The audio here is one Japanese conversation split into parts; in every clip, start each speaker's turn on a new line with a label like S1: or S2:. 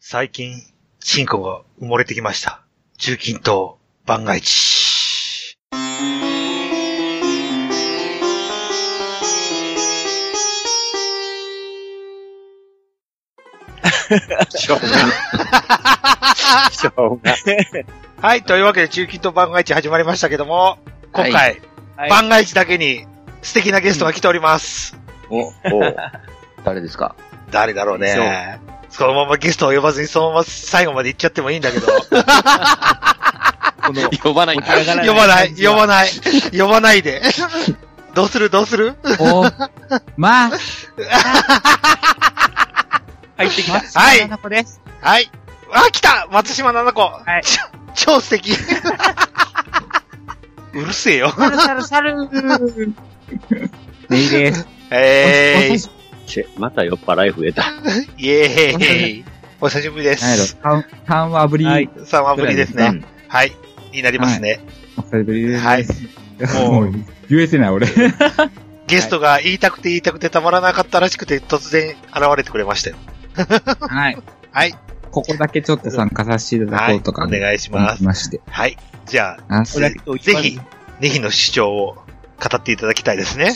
S1: 最近、チンコが埋もれてきました。中近東、番外地。しょうがない。しょうがないはい、というわけで中近東番外地始まりましたけども、今回、
S2: ははい
S1: 番外地だけに素敵なゲストが来ております。
S2: お、お誰ですか
S1: 誰だろうね。そのままゲストを呼ばずにそのまま最後まで行っちゃってもいいんだけど。
S3: この、
S2: 呼ば ないん
S3: だ
S2: だ。
S1: 呼ばない、呼ばない、呼ばないで。どうするどうする
S3: お、まあ、
S1: 入ってきた。
S3: 松
S1: は
S3: 島
S1: い、
S3: 菜子です。
S1: はい。あ、来た松島菜々子。
S3: はい
S1: ちょ超素 敵。うるせえよ。
S3: サルサルサ ルネイです。
S1: えー
S2: また酔っ払い増えた。
S1: い、イエーイ。お久しぶりで
S3: なんや
S1: す。
S3: ろ、タン、タンはぶり、
S2: はい
S1: 3話ぶりですね。はい。になりますね。
S3: お久しぶりです。
S1: はい。も
S3: も
S1: う
S3: う、言えてない俺。
S1: ゲストが言いたくて言いたくてたまらなかったらしくて突然現れてくれましたよ。
S3: はい。
S1: はい。
S3: ここだけちょっと参加させていただ
S1: は
S3: こ
S1: い。
S3: うと
S1: お
S3: か、
S1: 願いします。
S3: まして。
S1: はい。じゃあ、
S3: あ、
S1: ぜぜひ、ネヒの主張を語っていただきたいです ね。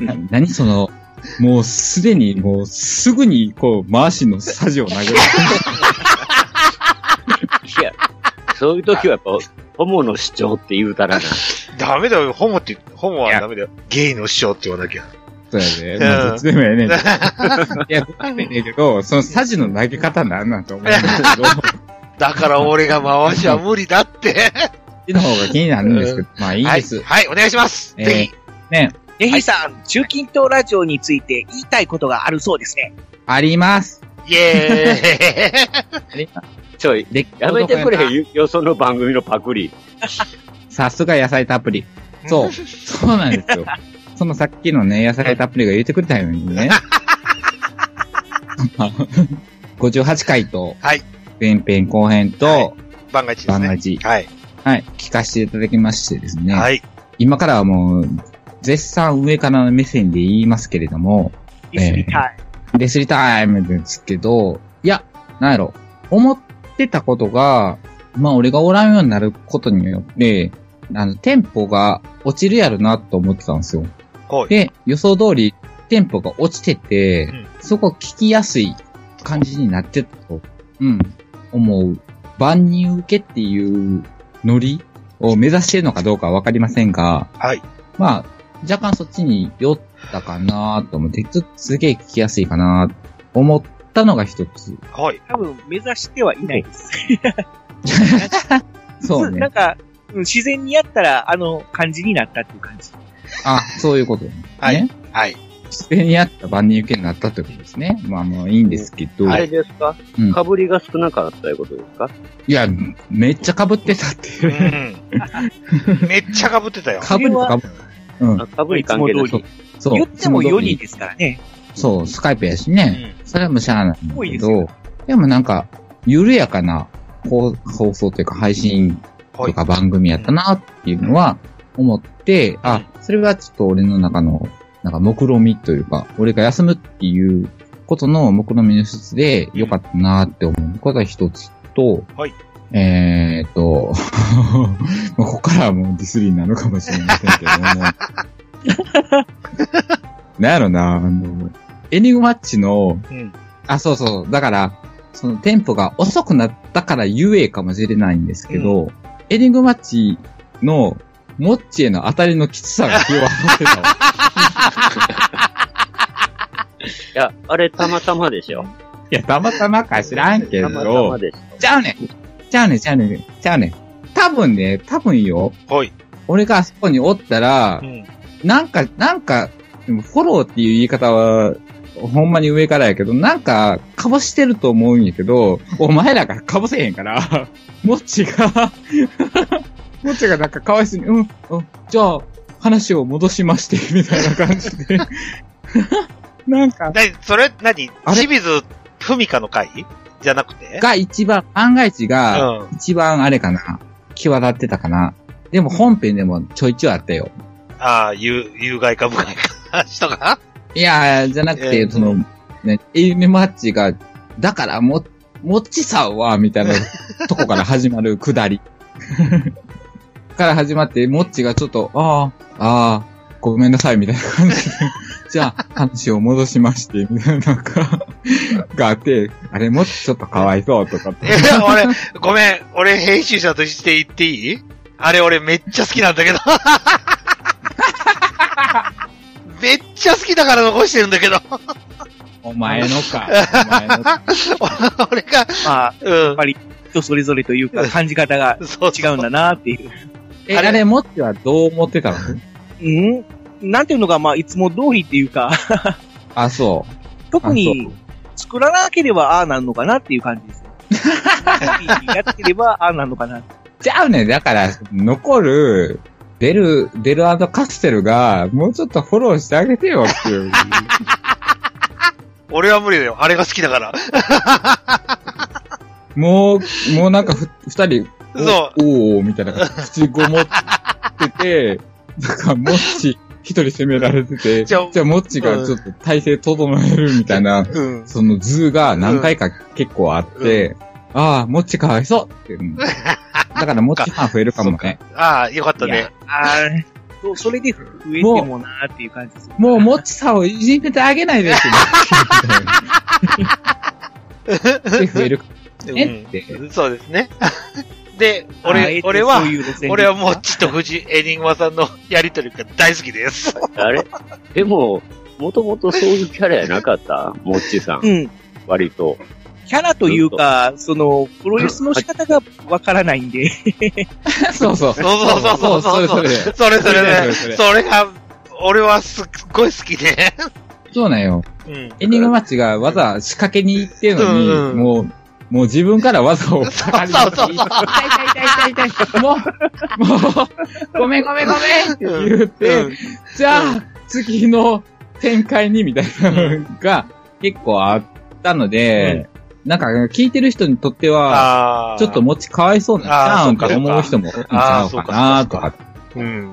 S3: な何その、もうすでに、もうすぐに、こう、回しのサジを投げる。
S2: いや、そういう時はやっぱ、友の主張って言うたらな。
S1: ダメだよ、ホモって、ホモはダメだよ。ゲイの主張って言わなきゃ。
S3: そうやで、まあどっちでもええねんけど。いや、どっちでもええねんけど、そのサジの投げ方なんなんと思うんだけ ど。
S1: だから俺が回しは無理だって。
S3: っちの方が気になるんですけど、まあいいです。
S1: はい、はい、お願いします。
S3: えー
S1: ぜ
S3: ね、
S4: ネヒさん、中近東ラジオについて言いたいことがあるそうですね。
S3: あります。
S1: ひ、イエーイ。
S2: ちょい、
S3: で、
S2: やめてくれよ、よその番組のパクリ。
S3: さすが野菜たっぷり。そう、そうなん ですよ。そのさっきのね、野菜たっぷりが言ってくれたよう にね。58回と、
S1: はい
S3: 前編後編
S1: はい
S3: と、
S1: 番外地ですね。
S3: 番外地
S1: はい。
S3: はい、聞かせていただきましてですね。
S1: はい。
S3: 今からはもう、絶賛上からの目線で言いますけれども、
S4: ディスリタイ
S3: レスリータイムですけど、いや、なんやろ、思ってたことが、まあ俺がおらんようになることによって、あの、テンポが落ちるやろなと思ってたんですよ。
S1: はい。
S3: で、予想通り、テンポが落ちてて、
S1: うん
S3: そこ聞きやすい感じになってたと、うん、思う。万人受けっていうノリを目指してるのかどうかはわかりませんが、
S1: はい。
S3: まあ、若干そっちに寄ったかなと思って、ちょっとすげえ聞きやすいかなと思ったのが一つ。
S1: はい。
S4: 多分目指してはいないです。
S3: そう
S4: な
S3: ね
S4: ん。か、うん自然にやったらあの感じになったっていう感じ。
S3: あ、そういうことね。
S1: はい
S3: ね。
S1: はい。
S3: 自然にあった万人受けになったってことですね。まあまあいいんですけど。
S2: あれ
S3: い、
S2: ですか
S3: うん
S2: かぶりが少なかったいうことですか
S3: や、めっちゃ被ってたって
S1: う
S3: いう。
S1: ん。めっちゃ被ってたよ。
S3: 被ると被る。うん。
S2: あかぶり関係ない
S4: つも
S2: い。
S4: 通
S3: そう。
S4: 言っても
S3: その
S4: 4
S3: 通り
S4: 人ですからね。
S3: そう、スカイプやし
S1: う
S3: ね。
S1: ん。
S3: それはもうしゃあないんだ
S4: 多い
S3: け
S4: です
S3: ど
S4: よ、
S3: でもなんか、緩やかな放放送というか配信
S1: は
S3: と
S1: い。
S3: か番組やったなっていうのは思って、あ、それはちょっと俺の中の、なんか目論見みというか、俺が休むっていうことの目論見みの一つで良かったなって思うことが一つと、
S1: はい
S3: えーっと、 まあここからはもうディスリーなのかもしれませんけども。なんやろな、あの、エニグマッチの、
S1: うん
S3: あ、そうそう、だから、そのテンポが遅くなったからゆえかもしれないんですけど、エニグマッチのモッチへの当たりのきつさが強わってたわ。
S2: や、あれたまたまでしょ。
S3: いや、たまたまか知らんけ
S2: たまたま
S3: ど、
S2: でしょ。
S3: ちゃうねんちゃうねんちゃうねんちゃうねん多分ね、多分よ、
S1: はい。
S3: 俺があそこにおったら
S1: う、ん。
S3: なんか、なんか、でもフォローっていう言い方は、ほんまに上からやけど、なんか、かぼしてると思うんやけど、お前らがかぼせへんから、 もっちが、 もっちがなんかかわいそうに、うん、うん、じゃあ、話を戻しまして、 みたいな感じで。 なんか、
S1: なに、それ、なに、
S3: あれ
S1: 清水文香の会じゃなくて
S3: が一番、万が一
S1: う
S3: が、
S1: ん。
S3: 一番あれかな、際立ってたかな。でも本編でもちょいちょいあったよ。
S1: ああ、有、有害か無害か、人が
S3: いやー、じゃなく
S1: え
S3: て、
S1: ー
S3: その、ね、エイメマッチが、だからもっもっちさんは、みたいなとこから始まるくだり。 から始まって、もっちがちょっと、ああ、ああ、ごめんなさい、みたいな感じ で。じゃあ、話を戻しまして、みたいな、なんか、があって、あれ、もっちちょっとかわいそう、とかって。
S1: え、俺、ごめん、俺編集者として言っていいあれ俺めっちゃ好きなんだけ ど。めっちゃ好きだから残してるんだけど。
S3: お前のか。お前のか。
S1: 俺が、
S4: まあ、
S1: うん
S4: ぱり。人それぞれというか、感じ方が
S1: そう
S4: 違うんだなっていう。
S3: え、あれ、もっちはどう思ってたの
S4: うんなんていうのが、まあ、いつも通りっていうか、
S3: あ、そ
S4: 特に作らなければああなるのかなっていう感じです。やってればああなるの かな。
S3: う。じゃあね、だから、残る、デル、デルカステルが、もうちょっとフォローしてあげてよっていう。
S1: 俺は無理だよ。あれが好きだから。
S3: もう、もうなんかふ、二人、お
S1: そ
S3: おー、みたいな、口ごもってて、なんか、もっち、一人攻められてて、
S1: じ
S3: じ
S1: ゃあ
S3: ゃあ、もっちがちょっと体勢整えるみたいな、
S1: う。うん。
S3: その図が何回か結構あって、ああ、もっちかわいそうって。うんだから、もっちファン増えるかもね。
S1: ああ、よかった
S4: い
S1: ね
S4: や。ああ、そうそれで増えてもなーっていう感じです。
S3: もう、もっちさんをいじめてあげないでって。で増えるかもねって。
S1: うんそうですね。 で、
S4: あ
S1: 俺、
S4: えて
S1: 俺は
S4: そう、いう路線で
S1: 俺はもっちと藤井エニグマさんのやりとりが大好きです。
S2: あれでも、もともとそういうキャラやなかったもっちさん
S4: う。ん。
S2: 割と。
S4: キャラというか、その、プロレスの仕方がわからないん で、
S3: そうそ
S1: そう
S3: う。
S1: そうそうそう
S3: それそれ。
S1: それそれ
S3: そ
S1: ね
S3: れそれ
S1: それが、俺はすっごい好きで。
S3: そうなんよ。
S1: うん。
S3: エンディングマッチがわざ仕掛けに行ってるのに、
S1: うんうん
S3: もう、もう自分から技を
S1: そうそうそうそう。
S3: 痛い痛い痛い痛いもう、もう、ごめんごめんごめんって言って、
S1: うん
S3: じゃあ、次の展開にみたいなのが結構あったので、なんか聞いてる人にとっては、
S1: あー
S3: ちょっと、もちかわいそうなんちゃうんって思う人も多いんちゃうかなと
S1: あ
S3: か。
S1: うん。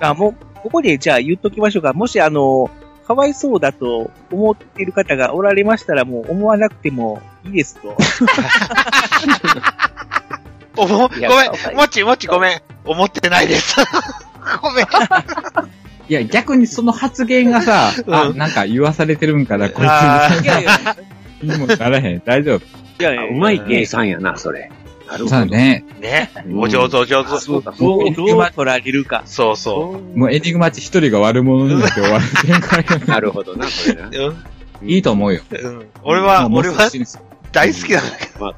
S4: あもう、ここでじゃあ言っときましょうか。もしあの、かわいそうだと思っている方がおられましたら、もう思わなくてもいいですと。
S1: おも、ごめ
S2: い
S1: ん
S2: やかわい、い
S1: もっち、もっちごめん。思ってないです。 ごめん。
S3: いや、逆にその発言がさ、あ、なんか言わされてるんかな、こいつみたい
S1: あ
S4: いやいや、
S3: にもならへん。大丈夫。
S4: いやい
S2: あ
S4: や
S2: うまい計算やな、それ。なるほ
S3: そうだ
S2: ど。
S3: ね。
S1: ーね。
S2: うん
S1: お上手、お上手。
S2: あそうか、
S4: ど、
S2: そうう
S4: どう取られるか。
S1: そうそ
S2: か。
S3: もうエンディングマッチ一人が悪者になって終わる展開が
S2: なるほどな、これな
S1: う。。うん。
S3: いいと思うよ。
S1: うん。俺は、
S3: もう
S1: 俺は
S3: そうです
S1: 大好きなんだけ
S2: ま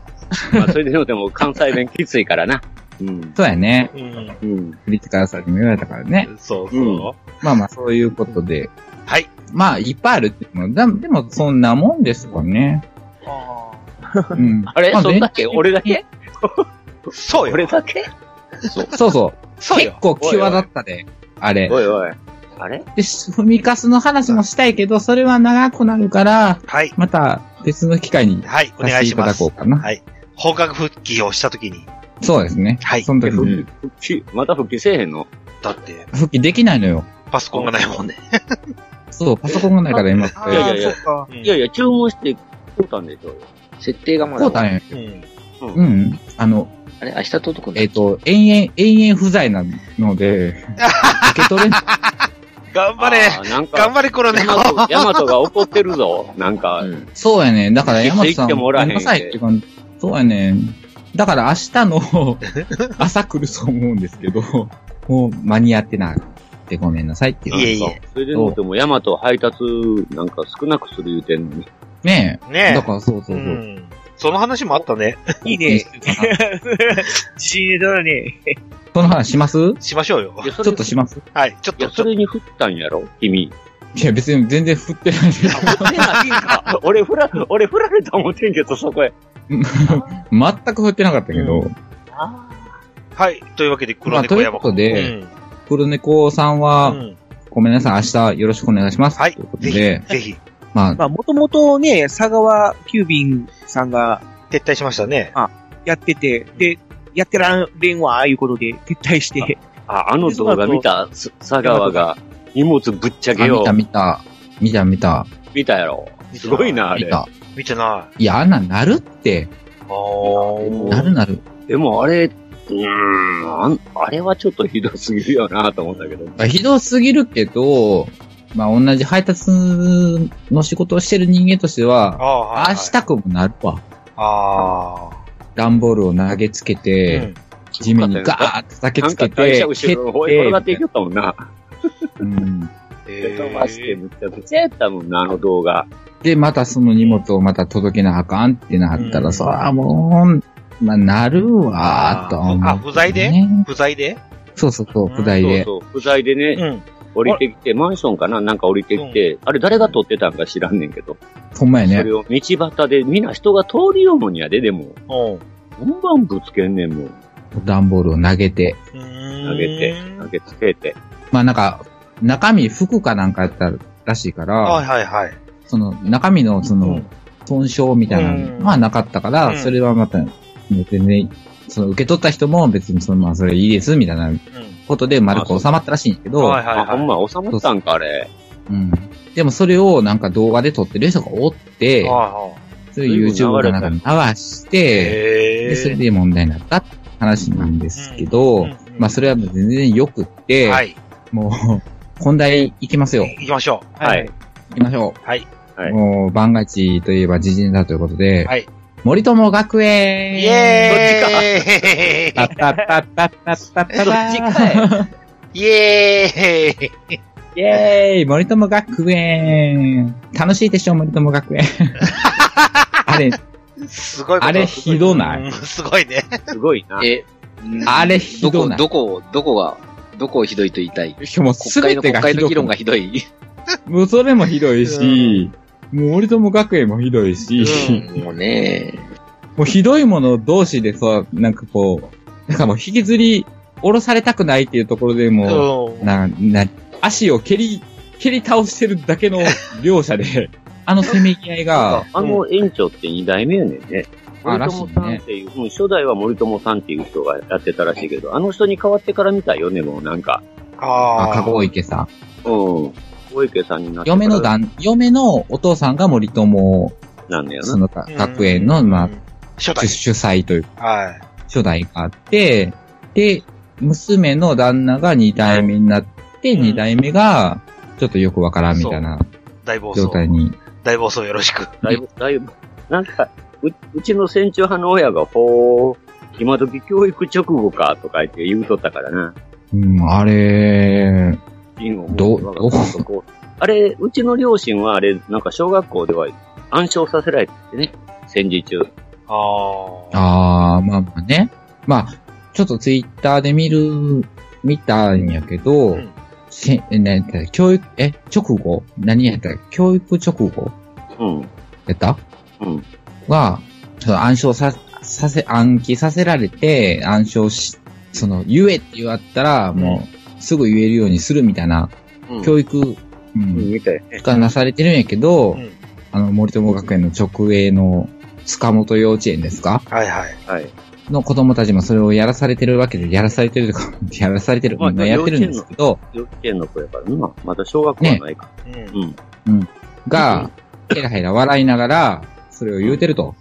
S2: あ、それでも、でも、関西弁きついからな。うん。
S3: そうやね。
S1: ど。うん。
S2: うん。
S3: クリティカルさんにも言われたからね。
S1: そう
S2: う
S1: そ
S3: まあまあ、そういうことで。
S1: う。はい。
S3: まあ、いっぱいあるっていうのもだでも、そんなもんですかね。うん。
S2: あれ
S3: ま
S2: そんだけ俺だけ
S1: そうよ。
S2: 俺だけ
S3: そうそう。
S1: そう
S3: 結
S1: よ。
S3: 構際立ったで。あれ。
S2: おいおい。あれ
S3: で、踏みかすの話もしたいけど、それは長くなるから、
S1: はい。
S3: また別の機会にさ
S1: はい。お
S3: せ
S1: 願
S3: て
S1: い
S3: い
S1: したま
S3: だ
S1: す
S3: こう。かな。
S1: はい。本格復帰をしたときに。
S3: そうですね。
S1: はい
S3: その時に
S2: 復帰、また復帰せえへんの
S1: だって、
S3: 復帰できないのよ。
S1: パソコンがないもんね。
S3: そう、パソコンがないから今、
S2: いやいやいや
S4: あーそっか。
S2: いやいや、注文して買うたんでしょうよ。設定がま
S3: こうた
S2: だ。
S3: んよ。
S1: うん。
S3: うんうん。あの、
S2: あれ明日届くんだ
S3: えっ、と、延々、延々不在なの で、受け取れない。
S1: 頑張れ
S2: あーなん
S1: 頑
S2: か、
S1: 張れ、黒
S2: ヤ
S1: 猫
S2: マト、ヤマトが怒ってるぞ。なんか、
S3: そうやね。だから山田さん、
S2: 行ってもおらへんて
S3: ごめなさいって感じ。そうやね。だから明日 の朝来ると思うんですけど、もう間に合ってなくてごめんなさいっていう。
S1: いえいえ。
S2: それでも、でも、ヤマト配達、なんか少なくする言うてんのに。
S3: ねえ。
S1: ね
S3: だからそうそ
S1: え。
S3: うそうう。
S1: ん。その話もあったね。
S4: いいね。自信ネタだね。
S3: その話します
S1: しましょうよ
S2: い。やそ
S3: ち
S2: れ
S3: ょっとします
S1: はい。ちょっ
S2: いや、
S1: と、ち
S2: そ
S1: ょっ
S2: れに振ったんやろ君。
S3: いや別に全然振ってないです
S2: 俺振ら、俺振られた思ってんけど、そこへ。
S3: 全く振ってなかったけど、
S1: とはい。というわけで、黒猫
S3: まあ
S1: 山子。
S3: ということで黒猫さん
S1: う
S3: は、
S1: ん。
S3: ごめんなさい、明日よろしくお願いします。
S1: はい
S3: というこ。と
S1: ぜ
S3: で、
S1: ひ、ぜひ、
S3: まあ、
S4: まあ、もともとね、佐川急便さんが
S1: 撤退しましたね。
S4: やってて、で、やってられんわ、いうことで撤退して、
S2: あ、あの動画見たす佐川が荷物ぶっちゃけ
S3: あ
S2: よ
S3: 見た見た。
S2: う。
S3: 見た見た。
S2: 見たやろ。すごいな、あ
S3: 見
S2: れ。
S3: た。
S1: 見てない。
S3: いや、あんなんなるって。
S1: あー
S3: なるなる。
S2: でもあれ、うーん、あんあれはちょっとひどすぎるよなと思ったけど。
S3: ひどすぎるけど、まあ、同じ配達の仕事をしてる人間としては、
S1: あー、はいは
S3: あ
S1: い
S3: あしたくもなるわ。
S1: あ
S3: 段ボールを投げつけ
S1: ー。
S3: て、
S1: うん
S3: 地面にガーッと叩きつけ
S2: なんか会
S3: て、
S2: 社後ろの方へ転がっていきよったもんな。
S3: うん
S1: え
S2: 飛ばしてむちゃくちゃやったもんな、あの動画。
S3: で、またその荷物をまた届けなあかんってなった
S1: うん
S3: ら、そらもう、まあ、なるわ、とは思う、
S1: あ不在で
S3: ね
S1: 不在で
S3: そうそうそう、
S1: うん
S3: 不在で。
S2: そうそう、不在でね、
S1: ん。
S2: 降りてきて、マンションかななんか降りてきて、あれ誰が撮ってたんか知らんねんけど。
S3: ほんまや
S2: そ
S3: ね。
S2: れを道端で、みんな人が通りようのにやで、でも。
S1: うん。
S2: 本番ぶつけんねんもん。
S3: 段ボールを投げて。
S1: 投
S2: 投げて、投げつけて。
S3: まあなんか、中身服かなんかやったらしいから、
S1: はいはいはい。
S3: その中身のその、
S1: うん
S3: 損傷みたいなの
S1: うん
S3: はなかったから、
S1: うん
S3: それはまた、もう全然、その受け取った人も別にその、まあそれいいです、みたいなことで丸く収まったらしいんやけど、
S1: はいはい
S2: あ、
S1: は
S2: ほ
S1: い
S2: ん。ま、収まったんか、あれ。
S3: うん。でもそれをなんか動画で撮ってる人がおって、
S1: は
S3: それ YouTube かなんかに流して、
S1: いはい。
S3: で、それ
S1: で、
S3: で問題になったって話なんですけど、
S1: うんうん
S3: まあそれは全然良くって、
S1: はい。
S3: もう、本題行きますよ。
S1: 行きましょ
S2: はい。
S3: 行きましょう。
S1: はい。
S2: はい
S3: もう、番外地といえば時人だということ
S1: う。
S3: で、
S1: はい。
S3: 森友学
S1: イ
S3: 園
S1: エー
S3: たったったったったったった
S2: どっちか
S1: イイエーイ
S3: イェーイ森友学園楽しいでしょ森友 学園あれ、
S1: すごいこと
S3: あれひどない
S1: うんすごいね。
S2: すごいな。
S5: え、
S3: あれひどない
S5: どこ、どこ、どこが、どこをひどいと言いたい
S3: もう
S5: 国
S3: す
S5: 会
S3: べ
S5: の
S3: て
S5: 国
S3: が
S5: 会
S3: ひ
S5: の
S3: ど
S5: 議
S3: く
S5: 論がひどい。
S3: もうそれもひどいし、もう森友学園もひどいし、
S5: もうね
S3: もうひどいもの同士でさ、なんかこう、なんかもう引きずり下ろされたくないっていうところで
S1: う
S3: もう、
S1: ん。
S3: な、な、足を蹴り、蹴り倒してるだけの両者 で、あのせめぎ合いが、
S2: あの園長って二代目やねんね。
S3: あ
S2: 森
S3: らしい
S2: 友
S3: ね
S2: さんっていう、うん初代は森友さんっていう人がやってたらしいけど、あの人に変わってから見たいよね、もうなんか。
S1: あ
S3: あ、
S1: ー
S3: かご池さん。
S2: うん。小池さんになってから
S3: 嫁の旦、嫁のお父さんが森友、
S2: なんだよ
S3: そ
S2: な。
S3: のか学園の、まあ、、
S1: 初代
S3: 主。主催というか、
S1: はい。
S3: 初代があって、で、娘の旦那が二代目になって、
S1: うん
S3: 二代目が、ちょっとよくわからんみたいな
S1: 大暴
S3: 状
S1: 走。
S3: 態に。
S1: 大暴走よろしく。
S2: だいぶ、だいぶ、なんか、ううちの船長派の親が、ほー、今時教育直後か、とか言って言うとったからな。
S3: うん、あれ、
S2: 銀を
S3: ど
S2: う
S3: う
S2: こうあれ、うちの両親はあれ、なんか小学校では暗唱させられててね、戦時中。
S1: あー。
S3: あー、まあまあね。まあ、ちょっとツイッターで見る、見たんやけど、
S1: うん
S3: せえなんやったっけ教育、え、直後何やったっけ教育直後
S2: うん。
S3: やった
S2: うん。
S3: は、ちょっと暗唱さ、させ、暗記させられて、暗唱し、その、言えって言わったら、もう、すぐ言えるようにするみたいな、
S2: うん
S3: 教育、うん、
S2: みたい。
S3: がなされてるんやけど、
S1: うん
S3: あの、森友学園の直営の塚本幼稚園ですか
S1: はいはい。
S2: はい。
S3: の子供たちもそれをやらされてるわけで、やらされてるとか、 やらされてる、
S2: まあ
S3: まあやってるんですけど、
S2: 幼稚園の子やからな。まだ小学校はないか。
S1: うん。
S2: うん。
S3: が、ヘラヘラ笑いながら、それを言うてると、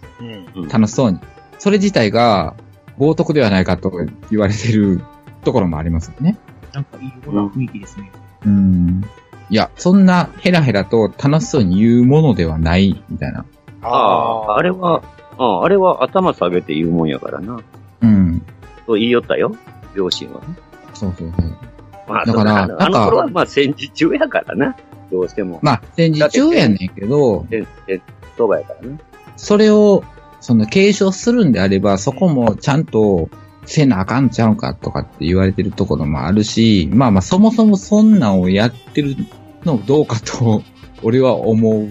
S1: うん。
S3: 楽しそうに。それ自体が、冒涜ではないかと言われてるところもありますよね。
S4: なんかいいような雰囲気ですね。
S3: うん。いや、そんなヘラヘラと楽しそうに言うものではない、みたいな。
S2: ああ、あれは、ああ、あれは頭下げて言うもんやからな。
S3: うん。
S2: そう言いよったよ。両親は。
S3: そうそうそう。
S2: まあ、
S3: だから
S2: あのあ
S3: なん
S2: の
S3: か
S2: 頃はまあ戦時中やからな。どうしても。
S3: まあ、戦時中やねんけど、
S2: 戦戦争やからな。
S3: それを、その継承するんであれば、そこもちゃんとせなあかんちゃうんかとかって言われてるところもあるし、まあまあ、そもそもそんなんをやってるのどうかと、俺は思う。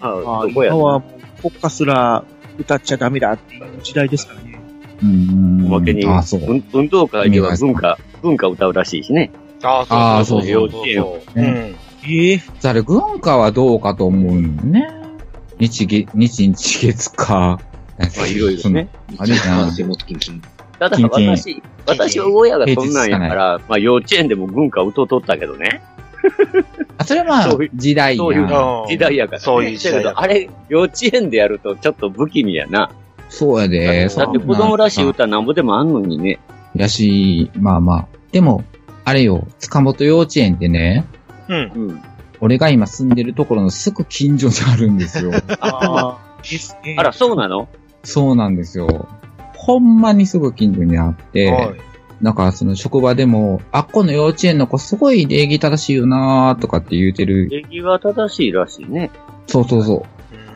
S2: あ
S4: ま
S2: あ、
S4: あ、
S2: そこや
S4: 今
S2: な。
S4: はもう国歌すら歌っちゃダメだっていう時代ですからね。
S3: うん。
S2: おまけに、
S3: あ、そう。
S2: 運運動会では文化、文化歌うらしいしね。
S1: あーそう
S3: あーそうそう
S1: そうそうそうう
S3: う
S1: ん。
S4: ええ
S3: ざる文化はどうかと思うんよね。日月、日日月か。
S2: まあ、いろいろね。
S3: その。あれじゃん。
S5: もっとキンキン。
S2: ただ、
S3: 近々
S2: 私、私は親がそんなんやから、まあ、幼稚園でも文化歌うとったけどね。
S3: あ、 それはまあ
S2: そうい、
S3: 時代や
S2: そういう
S3: な。
S1: うん
S2: 時代やから。
S1: そういう時代だ
S2: だけどあれ、幼稚園でやるとちょっと不気味やな。
S3: そうやで。
S1: そ
S2: だ
S1: う
S2: って子供らしい
S3: い。
S2: 歌なんぼでもあんのにね。
S3: やし、まあまあ。でも、あれよ、塚本幼稚園ってね、
S1: うん。
S2: うん。
S3: 俺が今住んでるところのすぐ近所にあるんです よ。
S1: あ
S4: ですね。
S2: あら、そうなの
S3: そうなんですよ。ほんまにすぐ近所にあって、
S1: ーはい
S3: なんかその職場でも、あっこの幼稚園の子すごい礼儀正しいよなーとかって言うてる。
S2: 礼儀が正しいらしいね。
S3: そうそうそ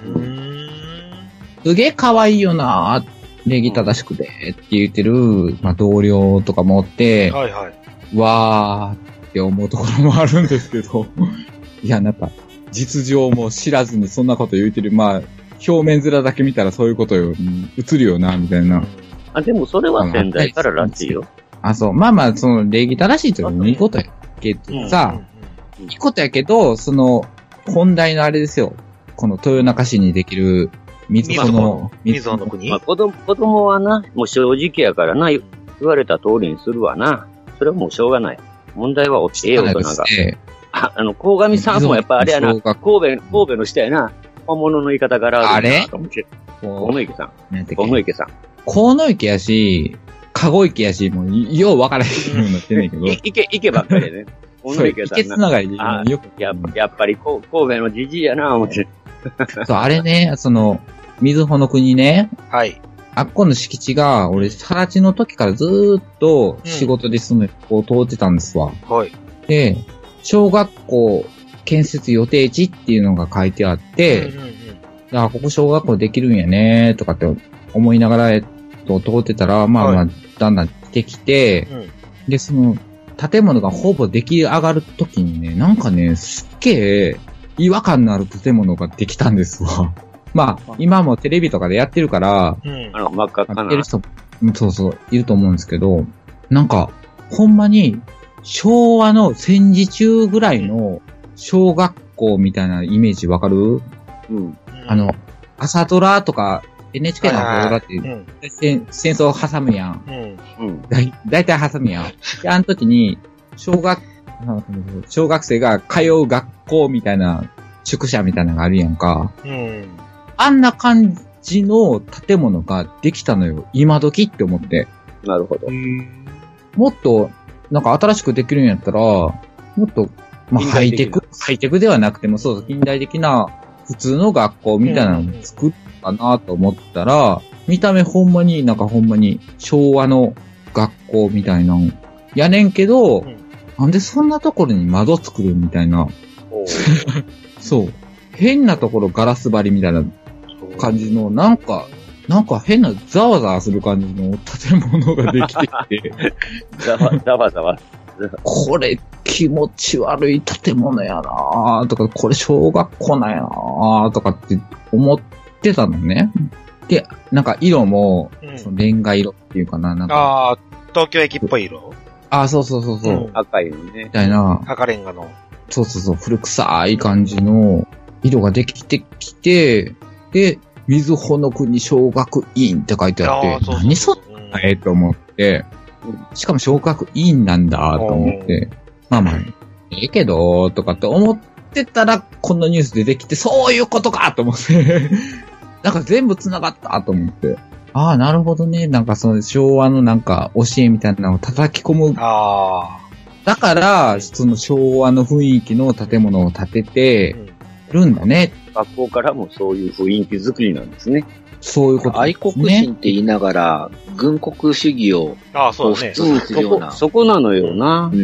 S3: う
S1: ーん
S3: う。すげえ可愛いよなー。礼儀正しくてって言ってる、まあ同僚とかもおって、
S1: はいはい。
S3: わーって思うところもあるんですけど、 いや、なんか、実情も知らずにそんなこと言うてる、まあ、表面面だけ見たらそういうことよ、うん映るよな、みたいな。
S2: あ、でもそれは仙台かららしいよ。
S3: あ、そう。まあまあ、その、礼儀正しいというのは見事やけどさ、いいことやけど、その、本題のあれですよ。この豊中市にできる、水
S1: 溝
S3: 戸の
S1: の、、溝の国
S2: まあ、子供、子供はな、もう正直やからな、言われた通りにするわな。それはもうしょうがない。問題は起きてよ、大人が。
S3: え
S2: ああの、鴻上さんもやっぱあれやな、
S3: 溝
S2: 神
S3: の
S2: 戸、神戸の人やな、本物の言い方からあるなと思って。小野池さん。
S3: なんて
S2: 小野池さん。
S3: 河野池やし、籠池やし、もう、よう分からへんようになってんねんけど。
S2: い、いけ、いけばっかり でね。小
S3: そう
S2: 野
S3: い
S2: 池
S3: け
S2: さ
S3: つ
S2: ん
S3: な
S2: な。
S3: がりで
S2: あ
S3: よく
S2: ややっぱりこう神戸のじじいやな、思って。
S3: そう、あれね、その、水穂の国ね、
S1: はい。
S3: あっこの敷地が、俺、さら地の時からずーっと仕事でそのこう通ってたんですわ。
S1: はい。
S3: で、小学校建設予定地っていうのが書いてあって、
S1: うんうんうん
S3: あ、ここ小学校できるんやねとかって思いながら、えっと、通ってたら、まあまあ、
S1: は
S3: だんだんできて、
S1: うん
S3: で、その、建物がほぼ出来上がるときにね、なんかね、すっげえ違和感のある建物ができたんですわ。 まあ、今もテレビとかでやってるから、
S1: うん
S2: あの、真っ赤っ
S3: や
S2: か
S3: っ
S2: な
S3: て。る人も、うんそうそう、いると思うんですけど、なんか、ほんまに、昭和の戦時中ぐらいの小学校みたいなイメージわかる
S2: うん。
S3: あの、、朝ドラとか、NHK の朝ドラって
S1: う、ん。
S3: 戦戦争を挟むやん。
S1: うん。
S2: うん。
S3: だい大体挟むやん。で、あの時に、小学、なんかその小学生が通う学校みたいな、宿舎みたいなのがあるやんか。
S1: うん。
S3: あんな感じの建物ができたのよ。今時って思って。
S2: なるほど。
S4: うん。
S3: もっと、なんか新しくできるんやったら、もっと、まあ、
S2: 近
S3: ハイ
S2: 代
S3: テ
S2: 的な
S3: ク、ハイテクではなくても、そうそう、近代的な普通の学校みたいなのを作ったかなと思ったら、見た目ほんまになんかほんまに昭和の学校みたいなのやねんけど、
S1: うん
S3: なんでそんなところに窓作るみたいな、
S2: おー
S3: そう、変なところガラス張りみたいな感じの、なんか、なんか変なザワザワする感じの建物ができてきて、
S2: ざわざわざわ。
S3: これ気持ち悪い建物やなぁとか、これ小学校なんやなぁとかって思ってたのね。で、なんか色も、
S1: うん
S3: そのレンガ色っていうかな、なんか、
S1: ああ、東京駅っぽい色
S3: ああ、そうそうそうそう、
S1: うん
S2: 赤いのね
S3: み。たいな、
S1: 赤レンガの。
S3: そうそうそう、古臭い感じの色ができてきて、で、水穂の国小学院って書いてあって、何そ
S1: れ
S3: ええと思って、しかも昇格委員なんだと思って、まあまあ、いいけど、とかって思ってたら、このニュース出てきて、そういうことかと思って、 なんか全部繋がったと思って、ああ、なるほどね。なんかその昭和のなんか教えみたいなのを叩き込む。
S1: あ
S3: だから、その昭和の雰囲気の建物を建て
S1: あ。
S3: て
S1: うん
S3: るんだね。
S2: 学校からもそういう雰囲気作りなんですね。
S3: そういうこと
S5: 愛
S3: です
S5: 国
S3: ね。
S5: 心って言いながら、軍国主義を
S1: ああ、そ
S5: こう
S1: うだ
S5: 普
S1: ね。
S5: 通にす
S2: そ
S5: るよう
S2: こ、
S5: な。
S2: そこなのよな
S5: う。ん。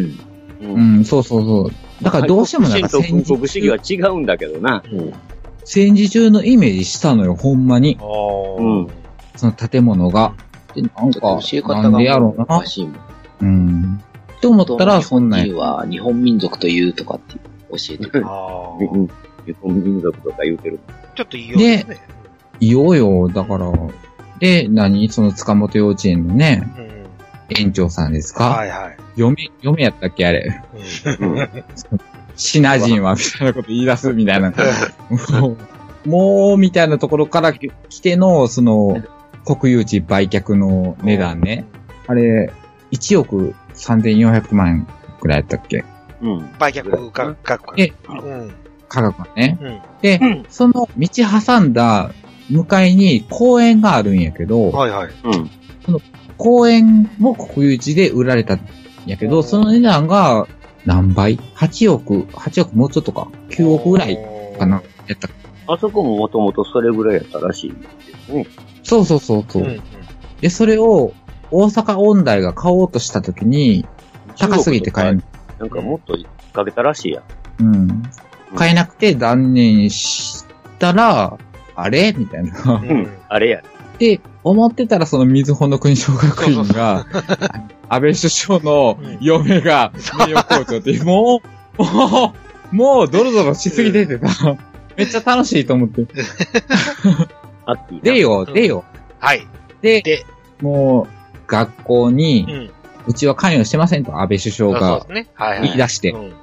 S2: う
S3: う。ん、そうそうそう。だからどうしてもなんか
S2: 愛国心
S3: 戦
S2: と軍国
S3: 時
S2: 主義は違うんだけどな。
S1: うん
S3: 戦時中のイメージしたのよ、ほんまに。
S1: ああ。
S2: うん
S3: その建物が。で、なん
S5: ちょ
S3: か
S5: っと教え、
S3: な
S5: 方
S3: んでや
S5: が
S3: ろう
S5: お
S3: な
S5: か。しいもん。
S3: うん。って思ったら、
S5: 日
S3: そん
S5: 本
S3: なん
S5: 人
S3: や。
S5: は日本民族というとかって教えてくる。
S1: ああ。
S2: うん日本民族とか言うてる。
S1: ちょっといいようですね。
S3: いようよ、だから。で、何その塚本幼稚園のね、
S1: うん。
S3: 園長さんですか、
S1: はいはい。
S3: 嫁、嫁やったっけあれ。
S1: うん
S3: シナ人は、みたいなこと言い出す、みた いな。もう、もうみたいなところから来ての、その、国有地売却の値段ね。。あれ、1億3400万くらいやったっけ
S2: うん。
S1: 売却価格
S3: え
S1: うん。うん。
S3: 科学はね。
S1: うん
S3: で、その道挟んだ向かいに公園があるんやけど、
S1: はいはい。
S2: うん。
S3: 公園も国有地で売られたんやけ
S1: お
S3: ど、
S1: ー
S3: その値段が何倍 ?8 億、8億もうちょっとか。9億ぐらいかな。やった。
S2: あそこももともとそれぐらいやったらしいですね。
S3: そうそうそう
S1: う
S3: そう、
S1: ん。うん。
S3: で、それを大阪音大が買おうとした時に、高すぎて買え
S2: る
S3: ん。
S2: なんかもっとかけたらしいやん。
S3: うん。買えなくて断念したら、あれみたいな。
S1: うんうん
S2: あれや。
S3: で、思ってたらその水穂の国小学院が、安倍首相の嫁が名誉校長っていう、もう、もう、もうドロドロしすぎててさ、めっちゃ楽しいと思って。
S2: あっきーな
S3: でよ、でよ。
S1: はい。
S3: で、
S1: で、
S3: もう、学校
S1: う
S3: に、
S1: ん。
S3: うちは関与してませんと、安倍首相
S1: そうで
S3: が
S1: すね。はいは
S3: 言い
S1: い。
S3: 出して
S1: う、ん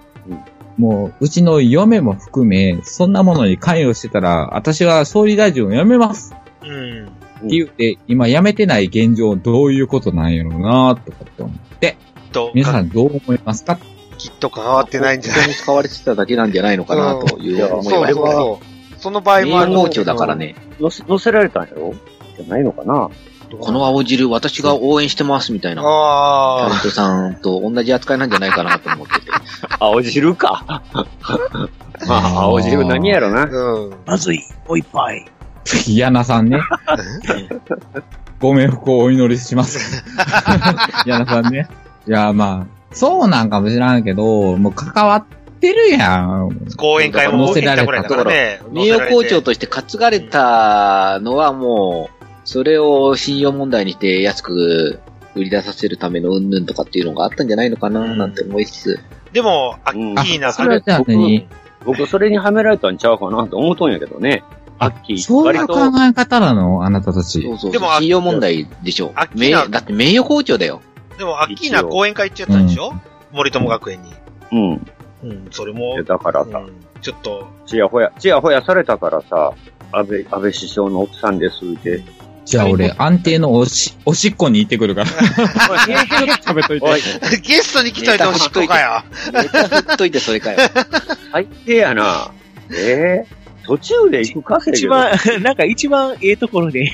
S3: もう、うちの嫁も含め、そんなものに関与してたら、私は総理大臣を辞めます。
S1: うん。
S3: って言って、今やめてない現状どういうことなんやろうなとかって思って、
S1: と、
S3: 皆さんどう思いますか
S1: きっと関わってないんじゃ
S5: 本当に使われてただけなんじゃないのかなという
S1: ない
S5: 思い
S1: そ
S5: ま
S1: う
S5: す
S1: そうそう。その場合
S5: 名
S1: もあ
S5: 誉
S1: る
S5: 校長だから。ね、
S2: 乗せ、乗せられたんやろじゃないのかな
S5: この青汁私が応援してますみたいな、タレ
S1: あ
S5: ントさんと同じ扱いなんじゃないかなと思って て。
S2: 青汁か。まあ、青汁何やろ
S1: あ。
S2: な。
S1: うん。
S4: まずい、おいっぱい。
S3: 嫌なさん ね。ご冥福をお祈りし ます。嫌なさんね。いや、まあ、そうなんかもしらんけど、もう関わってるやん。
S1: 講演会も
S3: 乗せら
S1: 行った
S3: れた
S1: ぐらいだからね。
S5: 名誉校長
S1: と。
S5: として担がれたのはもう、それを信用問題にして安く売り出させるための云々とかっていうのがあったんじゃないのかななんて思いつつ、
S1: でも、あ、
S2: うん
S1: いいな、
S3: それはじゃあ
S1: う
S3: 何
S1: ん
S2: 僕、それにはめられたんちゃうかなと思うとんやけどね。
S3: あ
S2: アッキー、
S3: そうい
S2: 割
S3: う
S2: と
S3: 考、え方なのあなたたち
S5: そ。うそう
S1: で
S5: そ
S1: も
S5: う
S1: あ
S5: 信用問題でしょ
S1: あっ。
S5: 名
S1: きな
S5: だって名誉校長だよ。
S1: でも、アッキーナ講演会行っちゃったんでしょ森友学園に。
S2: うん。
S1: うん、それも
S2: で、だから
S1: う
S2: さ、
S1: んちょっと、
S2: ちやほや、ちやほやされたからさ、安倍、安倍首相の奥さんですって。
S3: じゃあ俺、安定のおし、おしっこに行ってくる から。食べといて。
S2: おい、
S1: ゲストに来といてほしっこかよ。
S5: めっちゃ振っといてそれか よ。
S2: 最低やな。ええ途中で行くかせ
S4: 一番、 なんか一番ええところで、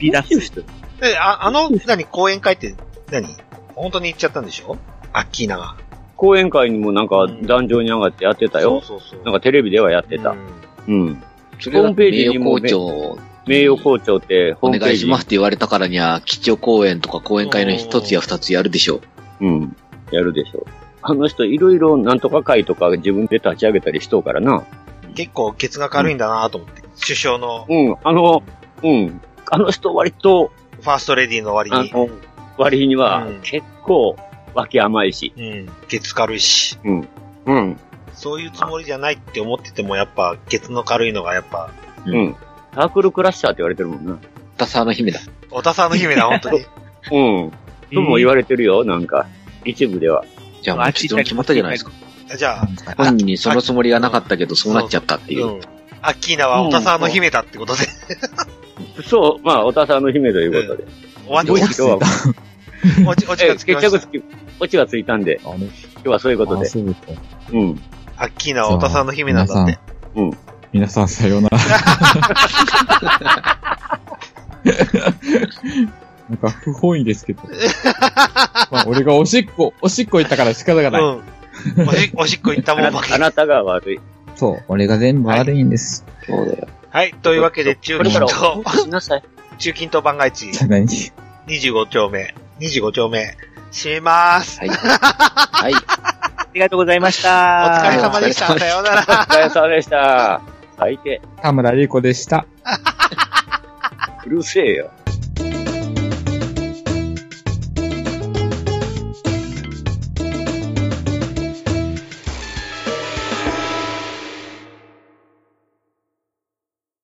S4: 離脱して。
S1: え、ああの、何、講演会って何、本当に行っちゃったんでしょアッキーナが。
S2: 講演会にもなんか壇上に上がってやってたよ。
S1: そうそうそう。
S2: なんかテレビではやって
S1: う
S2: た。
S1: ん
S2: うん。
S5: それ
S2: ホー
S5: は
S2: ムページ
S5: 名
S2: に
S5: 誉
S2: も
S5: 校
S2: ね
S5: 長、
S2: 名誉校長ってホ
S5: お
S2: ームペ
S5: 願
S2: ー
S5: い
S2: ジ。
S5: しますって言われたからには、基調講演とか講演会の一つや二つやるでしょう。
S2: うん。やるでしょう。あの人いろいろなんとか会とか自分で立ち上げたりしとうからな。
S1: 結構、ケツが軽いんだなと思って。首相の
S2: うん。あの、うん。あの人割と、
S1: ファーストレディーの割
S2: あ
S1: に。
S2: の、割には
S1: うん
S2: 結構脇甘いし。
S1: うん。ケツ軽いし。
S2: うん。
S1: そういうつもりじゃないって思ってても、やっぱ、ケツの軽いのが、やっぱ、
S2: うん。サークルクラッシャーって言われてるもんな。
S5: ダサーの姫だ。
S1: 小田さんの姫だ、本当に。
S2: うん。とも言われてるよ、なんか。一部では。
S5: じゃあもう結論決まったじゃないですか。
S1: じゃあ、
S5: 本人にそのつもりがなかったけど、そうなっちゃったっていうう。
S1: ん。アッキーナは小田さんの姫だってことで、
S2: そう、まあ、おたさんの姫ということで。
S1: お
S3: どう
S1: ち
S3: やってた
S1: おち、おち
S2: え
S1: が
S2: え
S1: つきま
S2: 決
S1: し
S2: 着
S1: た。
S2: つき、オチがついたんで、
S3: あれ
S2: 今日はそういうこと
S3: あ
S2: で。
S3: そうか
S2: うん。
S1: アッキーナは小田さんの姫なんだって。
S3: 皆さんさような ら。なんか不本意ですけど。まあ俺がおしっこ、おしっこ行ったから仕方が
S1: う
S3: ない。
S1: ん。おし、おしっこ行った
S2: あ
S1: もん
S2: な
S1: 負け
S2: あ。なたが悪い。
S3: そう、俺が全部悪いんです。
S5: そうだよ。
S1: はい。というわけで、中
S2: これ
S1: 近
S2: から
S1: と、
S2: しなさい。
S1: 中近と番外地
S3: じゃあ何
S1: 25丁目、25丁目、閉めまーす。
S5: はい。はい。
S4: ありがとうございまし
S1: お
S4: た。
S1: 疲れ様でし
S5: お
S1: た。
S5: 疲れ様でした
S1: さようなら。
S2: お疲れ様 でした。最低。
S3: 田村理子でした。
S2: うるせえよ。